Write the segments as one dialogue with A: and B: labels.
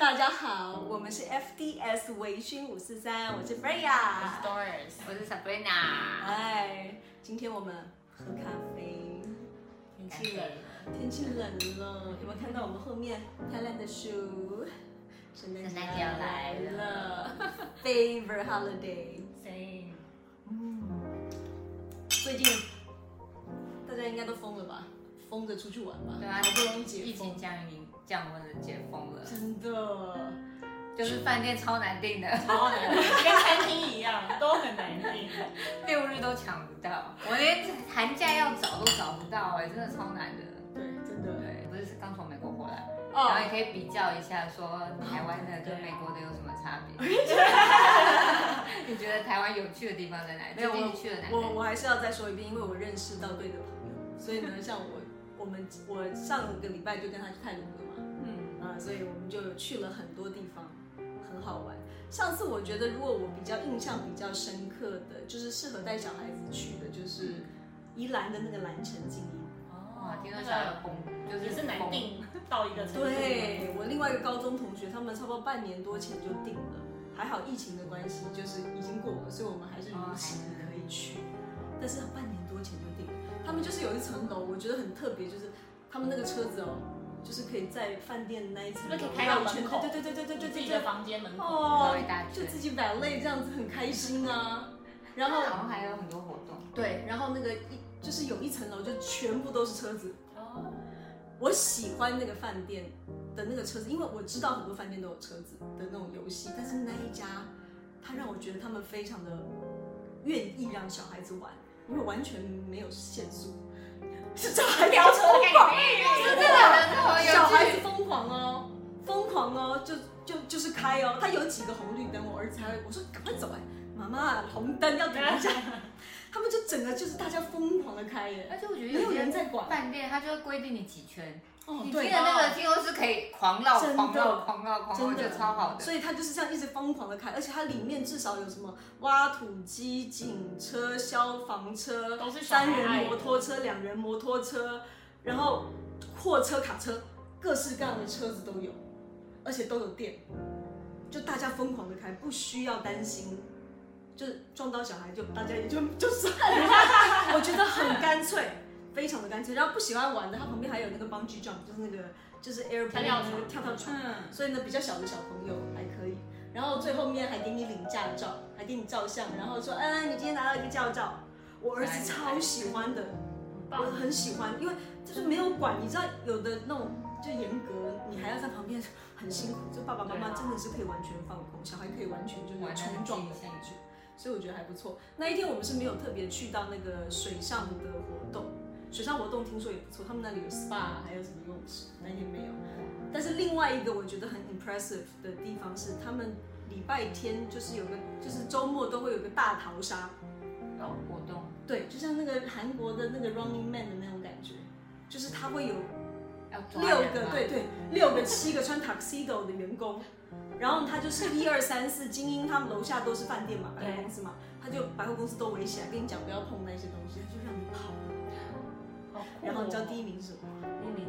A: 大家好，我们是 FDS 微醺五四三，我是 Freya，
B: Doris，
C: 我是 Sabrina，
A: 哎，今天我们喝咖啡，
B: 天
C: 感
B: 气
C: 谢
B: 冷，
A: 天气冷了，有没有看到我们后面漂亮的树？圣诞
C: 圣诞节要
A: 来了
C: 来了
A: ，Favorite Holiday。
C: 所以
A: 嗯，最近大家应该都疯了吧？疯着出去玩吧？
C: 对啊
A: 好不容易
C: 疫
A: 解封
C: 情，降临降温了，解封了，
A: 真的
C: 就是饭店超难订的，
B: 超难订，跟餐厅一样，都很难订。
C: 六日都抢不到，我连寒假要找都找不到、哎，真的超难的。
A: 对，真的
C: 对，不是刚从美国回来，然后
A: 哦，
C: 也可以比较一下，说台湾的跟美国的有什么差别？你觉得台湾有趣的地方在哪里？
A: 没有
C: 最近
A: 我
C: 你去了哪
A: 我
C: 里？
A: 我还是要再说一遍，因为我认识到对的朋友，所以呢，像我我们我上个礼拜就跟他去泰国了嘛，
B: 嗯，
A: 啊、所以我们就去了很多地方，很好玩。上次我觉得，如果我比较印象比较深刻的，就是适合带小孩子去的，就是宜兰的那个蓝城精英。
C: 哦，听说小
B: 那
C: 孩
B: 个
C: 有崩，就是
B: 也是难
C: 崩
B: 订到一个程度。
A: 对我另外一个高中同学，他们差不多半年多前就定了，还好疫情的关系，就是已经过了，所以我们还是如期可以去。但是半年多前就定了，他们就是有一层楼，我觉得很特别，就是他们那个车子哦，就是可以在饭店那一层
B: 就可以
A: 楼
B: 开到
A: 绕一圈
B: 门口
A: 对对对对
B: 就
A: 对
B: 自
A: 对
B: 己
A: 对
B: 的
A: 对，
B: 房间门口。
A: 哦
C: 绕一大，圈
A: 就自己摆累这样子很开心啊。然后哦
C: 好像还有很多活动。
A: 对，然后那个一就是有一层楼就全部都是车子，
B: 哦，
A: 我喜欢那个饭店的那个车子，因为我知道很多饭店都有车子的那种游戏，但是那一家，它让我觉得他们非常的愿意让小孩子玩，因为完全没有限速，是小孩子疯狂，
C: 真的，这 好
A: 小
C: 哦有
A: 孩
C: 趣。
A: 子疯狂哦，疯狂哦，就就就是开哦，他有几个红绿灯，我儿子还会我说赶快走哎，妈妈红灯要等一下，他们就整个就是大家疯狂的开耶，
C: 而且我觉得
A: 没有人
C: 些
A: 在管，
C: 饭店，它就会规定你几圈，
A: 哦
C: 你
A: 对
C: 听的那个听说是可以狂绕、
A: 真的
C: 狂绕、狂绕、狂绕，我
A: 真
C: 觉
A: 的
C: 得超好的。
A: 所以它就是这样一直疯狂的开，而且它里面至少有什么挖土机、警车、消防车、
B: 都是小孩
A: 三人摩托车、两人摩托车，然后货车、卡车，各式各样的车子都有，而且都有电，就大家疯狂的开，不需要担心。就是撞到小孩就大家也就就算了，我 觉得很干脆，非常的干脆。然后不喜欢玩的，它旁边还有那个 bungee jump，就是那个就是 airplane
B: 跳跳床
A: 就是跳跳床，
C: 嗯，
A: 所以呢，比较小的小朋友还可以。然后最后面还给你领驾照，还给你照相，然后说，嗯，你今天拿到一个驾照。我儿子超喜欢的，我
B: 棒
A: 很喜欢，因为就是没有管，你知道有的那种就严格，你还要在旁边很辛苦。就爸爸妈妈
B: 对啊
A: 真的是可以完全放空，小孩可以完全就是
C: 玩得很
A: 冲撞的
C: 尽
A: 感
C: 兴
A: 觉，所以我觉得还不错。那一天我们是没有特别去到那个水上的活动，水上活动听说也不错，他们那里有 SPA 还有什么游泳池，那天没有。但是另外一个我觉得很 impressive 的地方是，他们礼拜天就是有个，就是周末都会有个大逃杀，
C: 然后活动，
A: 对，就像那个韩国的那
C: 嗯
A: 个 Running Man 的那种感觉，就是他会有
C: 要嗯抓
A: 六
C: 人啊
A: 个，
C: 吗
A: 对对，六个七个穿 tuxedo 的员工，然后他 就是一二三四精英，他们楼下都是饭店嘛，百货公司嘛，他就百货公司都围起来，跟你讲不要碰那些东西，他就让你跑，
B: 好酷哦
A: 然后你知道第一名是什么吗？
C: 那里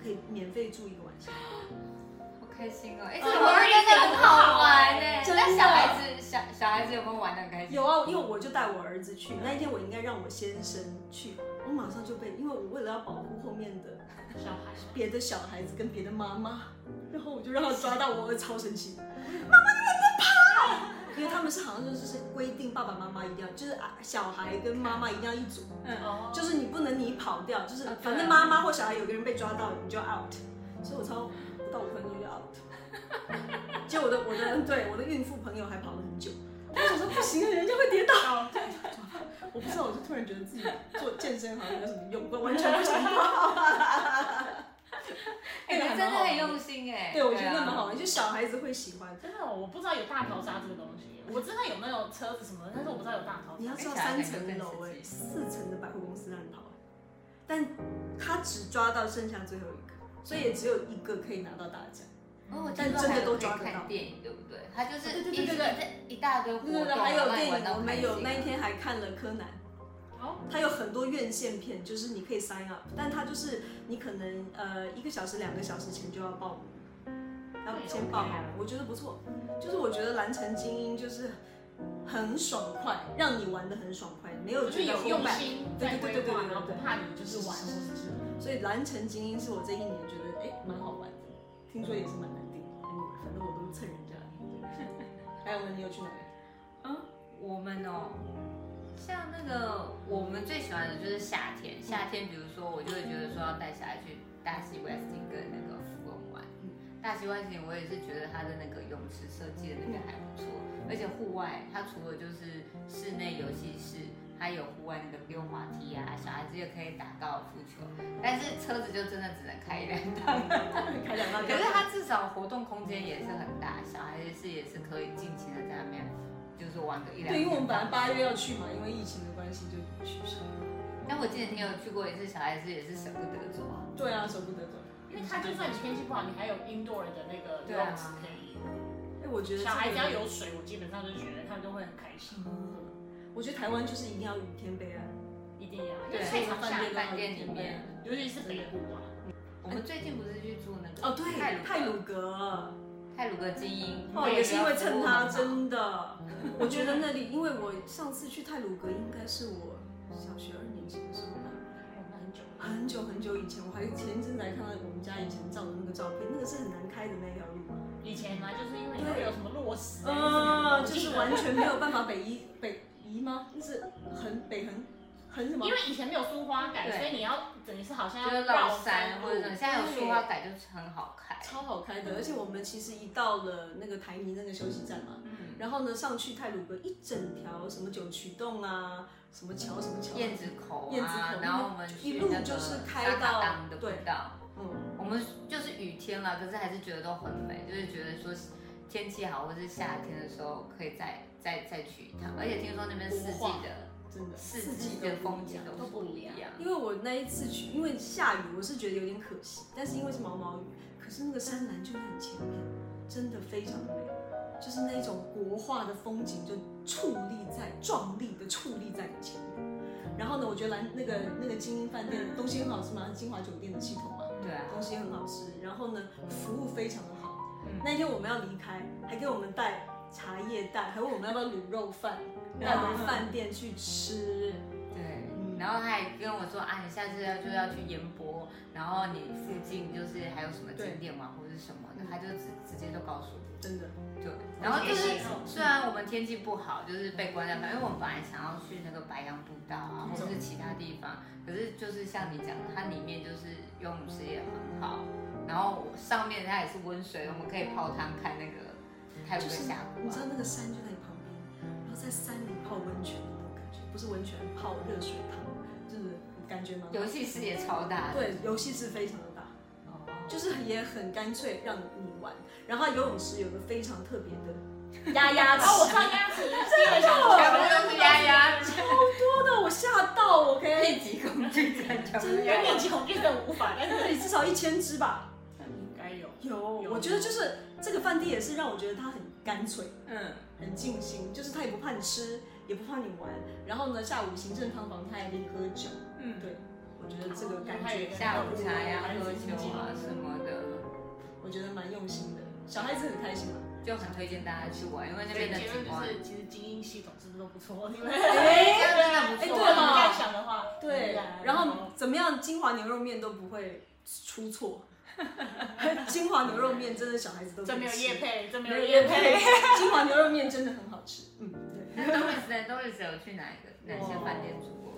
A: 可以免费住一个晚上。
C: 好开心哦！哎，
B: 哦
C: 这个活动真的很好玩哎。
A: 真的
C: 那小孩子小小孩子有没有玩的开心？
A: 有啊，因为我就带我儿子去，那一天我应该让我先生去，我马上就被，因为我为了要保护后面的
B: 小孩，
A: 别的小孩子跟别的妈妈，然后我就让他抓到我，我超生气，妈妈你们在跑，因为他们是好像就是规定爸爸妈妈一定要，就是啊小孩跟妈妈一定要一组，
C: 嗯，
B: 哦
A: 就是你不能你跑掉，就是
C: 啊对
A: 反正妈妈或小孩有个人被抓到你就 out，所以我超不到五分钟就 out，结果我的我的对我的孕妇朋友还跑了很久，我想说不行，啊人家会跌倒。
B: 哦
A: 我不知道，我就突然觉得自己做健身好像没有什么用，完全不想要。 那
C: 哎，
A: 个还蛮
C: 真的
A: 好玩
C: 很用心哎。
A: 对，我觉得
C: 啊
A: 蛮好玩，就小孩子会喜欢。
B: 真的哦，我不知道有大逃杀这个东西，我知道有那种车子什么的，但是我不知道有大逃
A: 你
B: 杀。
A: 要知道三层楼哎，四层的百货公司让你跑，啊但他只抓到剩下最后一个，所以也只有一个可以拿到大奖。
C: 哦，我
A: 但
C: 听说
A: 真的
C: 还有
A: 都
C: 可以
A: 抓得到
C: 看电影，对不对？它就
A: 对
C: 是
A: 对
C: 一
A: 对对对
C: 这一大堆活
A: 对
C: 动，
B: 啊
A: 对，还有电
C: 让你玩
A: 影，
C: 到
A: 我
C: 开
A: 们
C: 心
A: 有那一天还看了柯南。
B: 哦
A: 它有很多院线片，就是你可以 sign up，但它就是你可能呃一个小时、两个小时前就要报名，然后肩膀
B: OK 啊，
A: 我觉得不错。就是我觉得蓝城精英就是很爽快，让你玩的很爽快，没有觉
B: 就是
A: 得
B: 有用
A: 后半
B: 心
A: 对
B: 在
A: 对
B: 规
A: 对对
B: 划，
A: 对对
B: 然后不
A: 对
B: 怕你就是玩或者是
A: 所以蓝城精英是我这一年觉得哎蛮好玩的，听说也是蛮难订的，哎反正我都是蹭人家的。 还有呢，你有去哪里？
C: 我们哦，像那个我们最喜欢的就是夏天，夏天比如说我就会觉得说要带小孩去大西 Westin 跟那个芙蓉玩。大西 Westin 我也是觉得它的那个泳池设计的那个还不错，而且户外它除了就是室内游戏室，还有户外那个溜滑梯啊，小孩子也可以打高尔夫球，但是车子就真的只能开一辆
A: 开两大
C: 可是它至少活动空间也是很大，小孩也是也是可以尽情的在那边就是玩个一两天。
A: 对，因为我们本来八月要去嘛，因为疫情的关系就取消。
C: 但我记得你有去过一次，小孩子也是舍不得走啊。
A: 对啊，舍不得走。
B: 因为它就算你天气不好，你还有 indoor 的那个
C: 对啊
B: 游池可以游。
A: 哎，我觉得
B: 小孩只
A: 这
B: 要
A: 个
B: 有水，我基本上就觉得他们就会很开心，
A: 嗯我觉得台湾就是一定要雨天备案，
B: 一定要，因
C: 对
B: 为太常下
C: 饭
B: 雨
C: 店，饭店里面，
B: 尤其是北部啊，
C: 我们最近不是去住那个
A: 哦，对，
C: 泰鲁
A: 泰鲁格，
C: 泰鲁格精英，
A: 哦，也是因为蹭他，
C: 服务很好
A: 真的，我觉得那里，因为我上次去泰鲁格应该是我小学二年级的时候吧，
B: 我们很久了。
A: 很久很久以前，我还前一阵子还看到我们家以前照的那个照片，那个是很难开的那条路嘛，
B: 以前嘛，就是因为你会有什么落石啊，
A: 呃，就
B: 什么
A: 是完全没有办法 北移北移吗？那是横北横横什么
B: 因？为以前没有疏花改，
C: 对
B: 所以你要等于是好像
C: 就是
B: 要
C: 绕
B: 山
C: 山或者什么，
B: 路
C: 现在有书画改就很好看。
A: 超好开的，而且我们其实一到了那个台泥那个休息站嘛，
C: 嗯，
A: 然后呢，上去泰鲁阁一整条什么九曲洞啊，什么桥什么桥，
C: 燕子口
A: 燕子
C: 啊
A: 口，
C: 然后我们去
A: 一路
C: 那个
A: 就是开到
C: 沙卡当的步道，
A: 嗯，
C: 我们就是雨天了，可是还是觉得都很美，就是觉得说天气好或是夏天的时候可以再再再去一趟，而且听说那边四季
A: 国画
C: 的
A: 真的
C: 四季的风景
A: 都
C: 都
B: 不
C: 不
B: 一
C: 一
B: 样
C: 样。啊
A: 因为我那一次去，因为下雨，我是觉得有点可惜，但是因为是毛毛雨，可是那个山岚就在你前面，真的非常美，就是那种国画的风景就矗立在壮丽的矗立在你前面。然后呢，我觉得蓝那个那个精英饭店的东西很好吃嘛，金华酒店的系统嘛，
C: 对啊，
A: 东西很好吃，然后呢，服务非常的好。
C: 嗯
A: 那天我们要离开，还给我们带茶叶蛋，还问我们要不要卤肉饭，带回饭店去吃。
C: 对
A: 嗯，
C: 然后他还跟我说啊，你下次要就要去盐博，然后你附近就是还有什么景点嘛，或者是什么的，他就直直接都告诉我。
A: 真的，
C: 对，然后就是
B: 也是
C: 虽然我们天气不好，就是被关在房，因为我们本来想要去那个白杨步道啊，或者是其他地方，可是就是像你讲的，它里面就是游泳池也很好，然后上面它也是温水，我们可以泡汤看那个泰晤
A: 就
C: 的
A: 是
C: 峡谷
A: 你知道
C: 啊。
A: 那个山就在你旁边，然后在山里泡温泉的那种感觉，不是温泉，泡热水汤，就是感觉蛮好。
C: 啊游戏室也超大的，
A: 对，游戏室非常的大。
C: 哦
A: 就是也很干脆让你玩，然后它游泳池有个非常特别的压压池，
B: 然后哦我上鸭子，基本上
C: 全部都是丫丫，
A: 真的我吓到，OK，
C: 密集恐惧症，全部都是丫
B: 原
C: 丫
B: 面积恐惧症无法，但是
A: 那里至少一千只吧。
B: 应该有。
A: 有，
B: 有
A: 我觉得就是这个饭店也是让我觉得它很干脆，
C: 嗯，
A: 很尽心，就是它也不怕你吃，也不怕你玩。然后呢，下午行政汤房它也可以喝酒，
C: 嗯
A: 对，我觉得这个感觉
C: 下午茶呀、喝酒啊什么的。
A: 我觉得蛮用心的，小孩子很开 心嘛。
C: 就很推荐大家去玩，因为那
B: 所以
C: 边的
B: 结
C: 景
B: 论就
C: 观
B: 是，其实精英系统是不是都不错？因为
A: 哎
C: 真的不
A: 哎
C: 错。
A: 对了
B: 这样想的话，
A: 对，然后怎么样？金华牛肉面都不会出错， 金华牛肉面真的小孩子都
B: 这没有
A: 夜
B: 叶，配，这没
A: 没
B: 有
A: 有
B: 叶
A: 夜
B: 配
A: 配。， 金华牛肉面真的很好吃，嗯，对。
C: 那 Doris 呢？Doris 有去哪一个哪些饭店住过？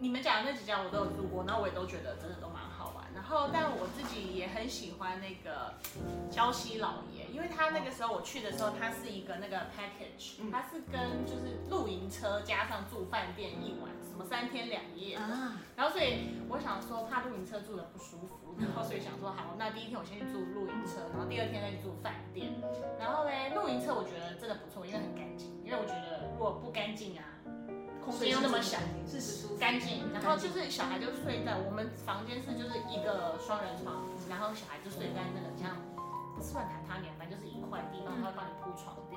B: 你们讲的那几家我都有住过，那我也都觉得真的都蛮好玩。然后，但我自己也很喜欢那个礁溪老爷，因为他那个时候我去的时候，他是一个那个 package，
A: 嗯
B: 他是跟就是露营车加上住饭店一晚，什么三天两夜。
A: 啊，
B: 然后所以我想说怕露营车住的不舒服，然后所以想说好，那第一天我先去住露营车，然后第二天再去住饭店。然后嘞，露营车我觉得真的不错，因为很干净，因为我觉得如果不干净啊，空间又那么小。
A: 是
C: 是舒服
B: 干净，然后就是小孩就睡在我们房间是就是一个双人床，然后小孩就睡在那个像不算榻榻米，反正就是一块地方，他会帮你铺床垫。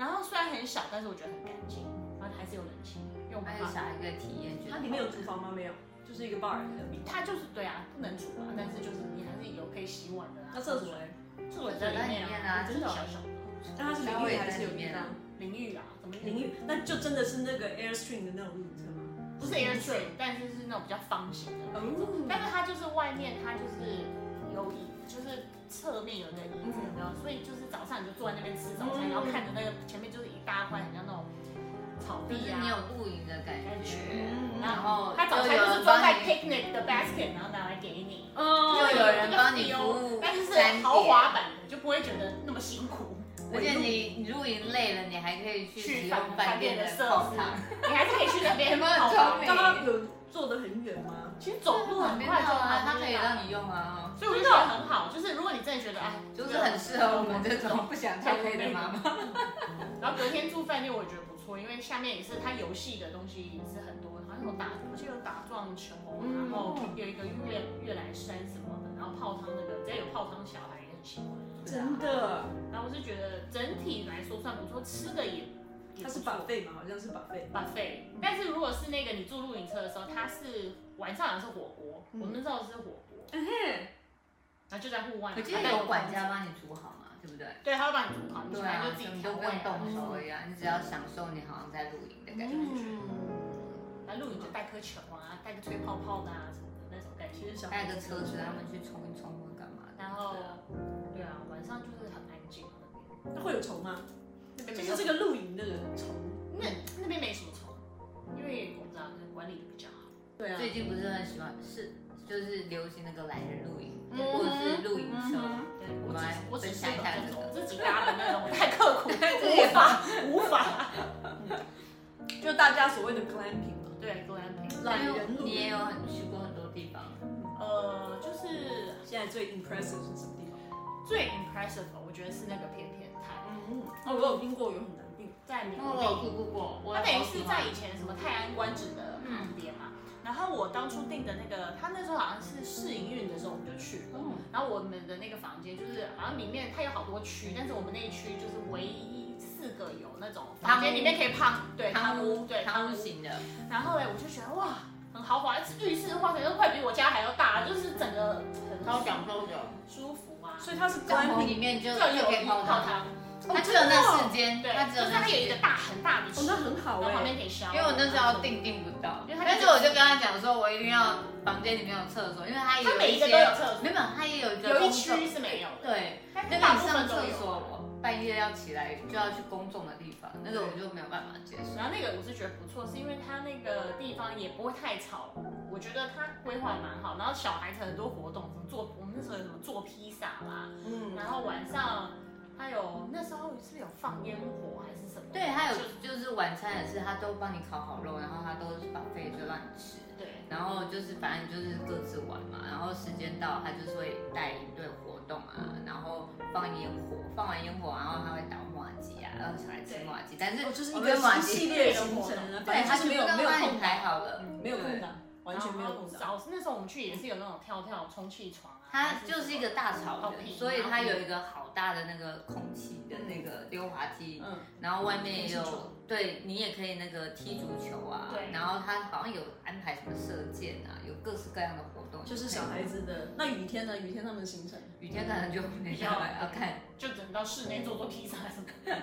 B: 然后虽然很小，但是我觉得很干净，然后还是有冷气，因为我们
C: 还有
B: 爸
C: 小孩一个体验，觉
A: 它
C: 得
A: 里面有厨房吗？没有，就是一个 bar 而已。
B: 他就是对啊，不能煮啊，但是就是你还是有可以洗碗的啊。
A: 那厕所
B: 或者
A: 嘞？
B: 厕所在里面啊，真的小小的，
A: 那它是淋浴还是有
C: 小伟在里
A: 面
C: 面
A: 啊
C: 啊？
B: 淋浴啊，怎么
A: 淋浴，那就真的是那个 Airstream 的那种浴车吗？
B: 不是 air tray，但是是那种比较方形的那种，
A: 哦
B: 但是它就是外面它就是有椅，就是侧面有个椅子，有没有？所以就是早上你就坐在那边吃早餐，
A: 嗯
B: 然后看着那个前面就是一大块，很像那种草
C: 就是你
B: 地
C: 嗯有
B: 啊。
C: 露营的感
B: 感
C: 觉
B: 觉，
A: 嗯
C: 然后
B: 嗯它早
C: 又有
B: 餐就是
C: 人帮
B: 装在
C: 你
B: picnic 的 basket，然后拿来给你，
A: 哦
B: 就
C: 又有人帮你
B: 有
C: 服务
B: 但
C: 餐
B: 是是
C: 点
B: 豪华版的，就不会觉得那么辛苦。
C: 而且你你露营累了，你还可以去使用
B: 去饭
C: 饭
B: 饭
C: 店
B: 店
C: 的
B: 的设
C: 泡
B: 施
C: 汤，，
B: 你还是可以去那边
C: 有没有
B: 泡
C: 聪
B: 汤。
C: 明
A: 刚刚有坐得很远吗？
B: 其实走路很
C: 旁边
B: 快就
C: 到啊，它
B: 旁
C: 可以
B: 边了
C: 让你用啊，
B: 所以我就觉得很好，就是如果你真的觉得哎，
C: 就是很适合我们这种不想太累的妈妈。
B: 然后隔天住饭店，我也觉得不错，因为下面也是它游戏的东西也是很多，好像有打，我记得有打撞球，
C: 嗯
B: 然后有一个越越来山什么的，然后泡汤那个，只要有泡汤，小孩也很喜欢。
A: 真的，
B: 然后我是觉得整体来说算不错，吃的也也
A: 它是
B: 不错
A: buffet 嘛，好像是 buffet。
B: buffet，但是如果是那个你住露营车的时候，它是晚上好像是火锅，
A: 嗯
B: 我们那时候是火锅，
A: 嗯嘿，
B: 然后就在户外嘛，
C: 我记得
B: 它带
C: 有
B: 个
C: 管
B: 空
C: 家
B: 间，
C: 帮你煮好嘛，对不对？
B: 对，他会帮你煮好，你
C: 对
B: 反
C: 啊
B: 正就，自己
C: 你
B: 调
C: 都不
B: 味
C: 用
B: 啊
C: 动手而已啊，你只要享受你好像在露营的感觉。
B: 嗯
A: 嗯
B: 那露营就带颗球啊，带个吹泡泡的啊什么的那种感
A: 其
B: 觉
A: 实。小
C: 带
A: 孩
C: 个
A: 子
C: 车子，啊他们去冲一冲或干嘛的。
B: 然后，对啊，晚上就是很安静那边，
A: 那会有虫吗？
B: 那边
A: 就
B: 没
A: 是
B: 有
A: 这个露营的人虫。
B: 那那边没什么虫，因为我们知道管理的比较好。
A: 对啊，
C: 最近不是很喜欢，是就是流行那个懒人露营，
B: 嗯
C: 或者是露营车，
B: 对，我只我只是
C: 我们来分享一下
B: 有这
C: 这个
B: 种自己搭的那种，我 太刻苦，
C: 这也
B: 无法无法。
A: 就大家所谓的 glamping 嘛。
B: 对，glamping，
A: 懒人露
C: 你也
A: 营。
C: 有很去过很多地方。
B: 呃，就是
A: 现在最 impressive 是什么地方？
B: 最 impressive，的我觉得是那个偏偏太
A: 嗯，哦，我有听过有很难病，
B: 在美
C: 哦，我
B: 国
C: 有去过，我
B: 它等于
C: 好喜
B: 是
C: 欢
B: 在以前什么泰安官址的旁边嘛。然后我当初订的那个，它那时候好像是试营运的时候我们就去了。
C: 嗯
B: 然后我们的那个房间就是好像里面它有好多区，但是我们那一区就是唯一四个有那种房间里面可以胖，对，
C: 汤
B: 汤
C: 屋
B: 屋，对，
C: 汤
B: 汤
C: 屋
B: 屋。
C: 型的，
B: 然后嘞，我就觉得哇，很豪华，浴室换成都快比我家还要大，就是整个很
C: 受的。
B: 舒服啊。
A: 所以它是
C: 帐篷
A: glamping，
C: 里面就
B: 就
C: 就
B: 有
C: 可
B: 一
C: 以泡
B: 泡
C: 汤，
B: 汤，哦
C: 它只有那时间，
B: 对
C: 它，只
B: 就
C: 有
B: 是它
C: 那
B: 有
C: 时
B: 一个
C: 间。
B: 大很大的池
A: 哦，，那很好
B: 然后旁
A: 哎。
B: 边可以烧。
C: 欸因为我那时候订订不到，
B: 因为它
C: 但是我就跟他讲说，我一定要房间里面有厕所，因为它也
B: 它
C: 有
B: 每一
C: 些，
B: 个都有厕所
C: 没有，它也有一个
B: 有一
C: 公众
B: 区是没有的，
C: 对，
B: 但
C: 那
B: 是
C: 个
B: 大
C: 你
B: 部
C: 上
B: 分都
C: 厕
B: 有。
C: 所，我半夜要起来就要去公众的地方，那个我就没有办法接受。
B: 然后那个我是觉得不错，是因为它那个地方也不会太吵，我觉得它规划蛮好。然后小孩子很多活动，什么做我们那时候有什么做披萨啦，
A: 嗯，
B: 然后晚上还有那时候是不是有放烟火还是什
A: 嗯
B: 么？
C: 对，还有
B: 就
C: 就是晚餐也是，他都帮你烤好肉，然后他都是把费就让你吃，
B: 对
C: 然后就是反正就是各自玩嘛，然后时间到他就是会带一队活动啊，然后放烟火，放完烟火然后他会打麻吉啊，让小孩吃麻吉，但是
A: 哦，就是一
C: 我没有
A: 个
C: 麻
A: 一系
C: 吉，
A: 列的行程啊，
C: 对，
A: 反
C: 他
A: 正就是
C: 全
A: 没有
C: 部
A: 没
C: 都
A: 有
C: 帮你
A: 空
C: 排
A: 档，
C: 好了，
A: 没有空档，完全没有空档。
B: 早那时候我们去也是有那种跳跳充气床啊，
C: 它就是一个大草
B: 好
C: 原，
B: 平
C: 所以它有一个好大的那个空气的那个溜滑梯，
A: 嗯，
C: 然后外面也
A: 踢足
C: 有
A: 球，
C: 对你也可以那个踢足球啊，
B: 对
C: 然后它好像有安排什么射箭啊，有各式各样的活动，
A: 就是小孩子的。那雨天呢？雨天他们的行程，
C: 雨天可能就没有
B: 比较
C: 要看，
B: 就只能到室内做做披萨什么的。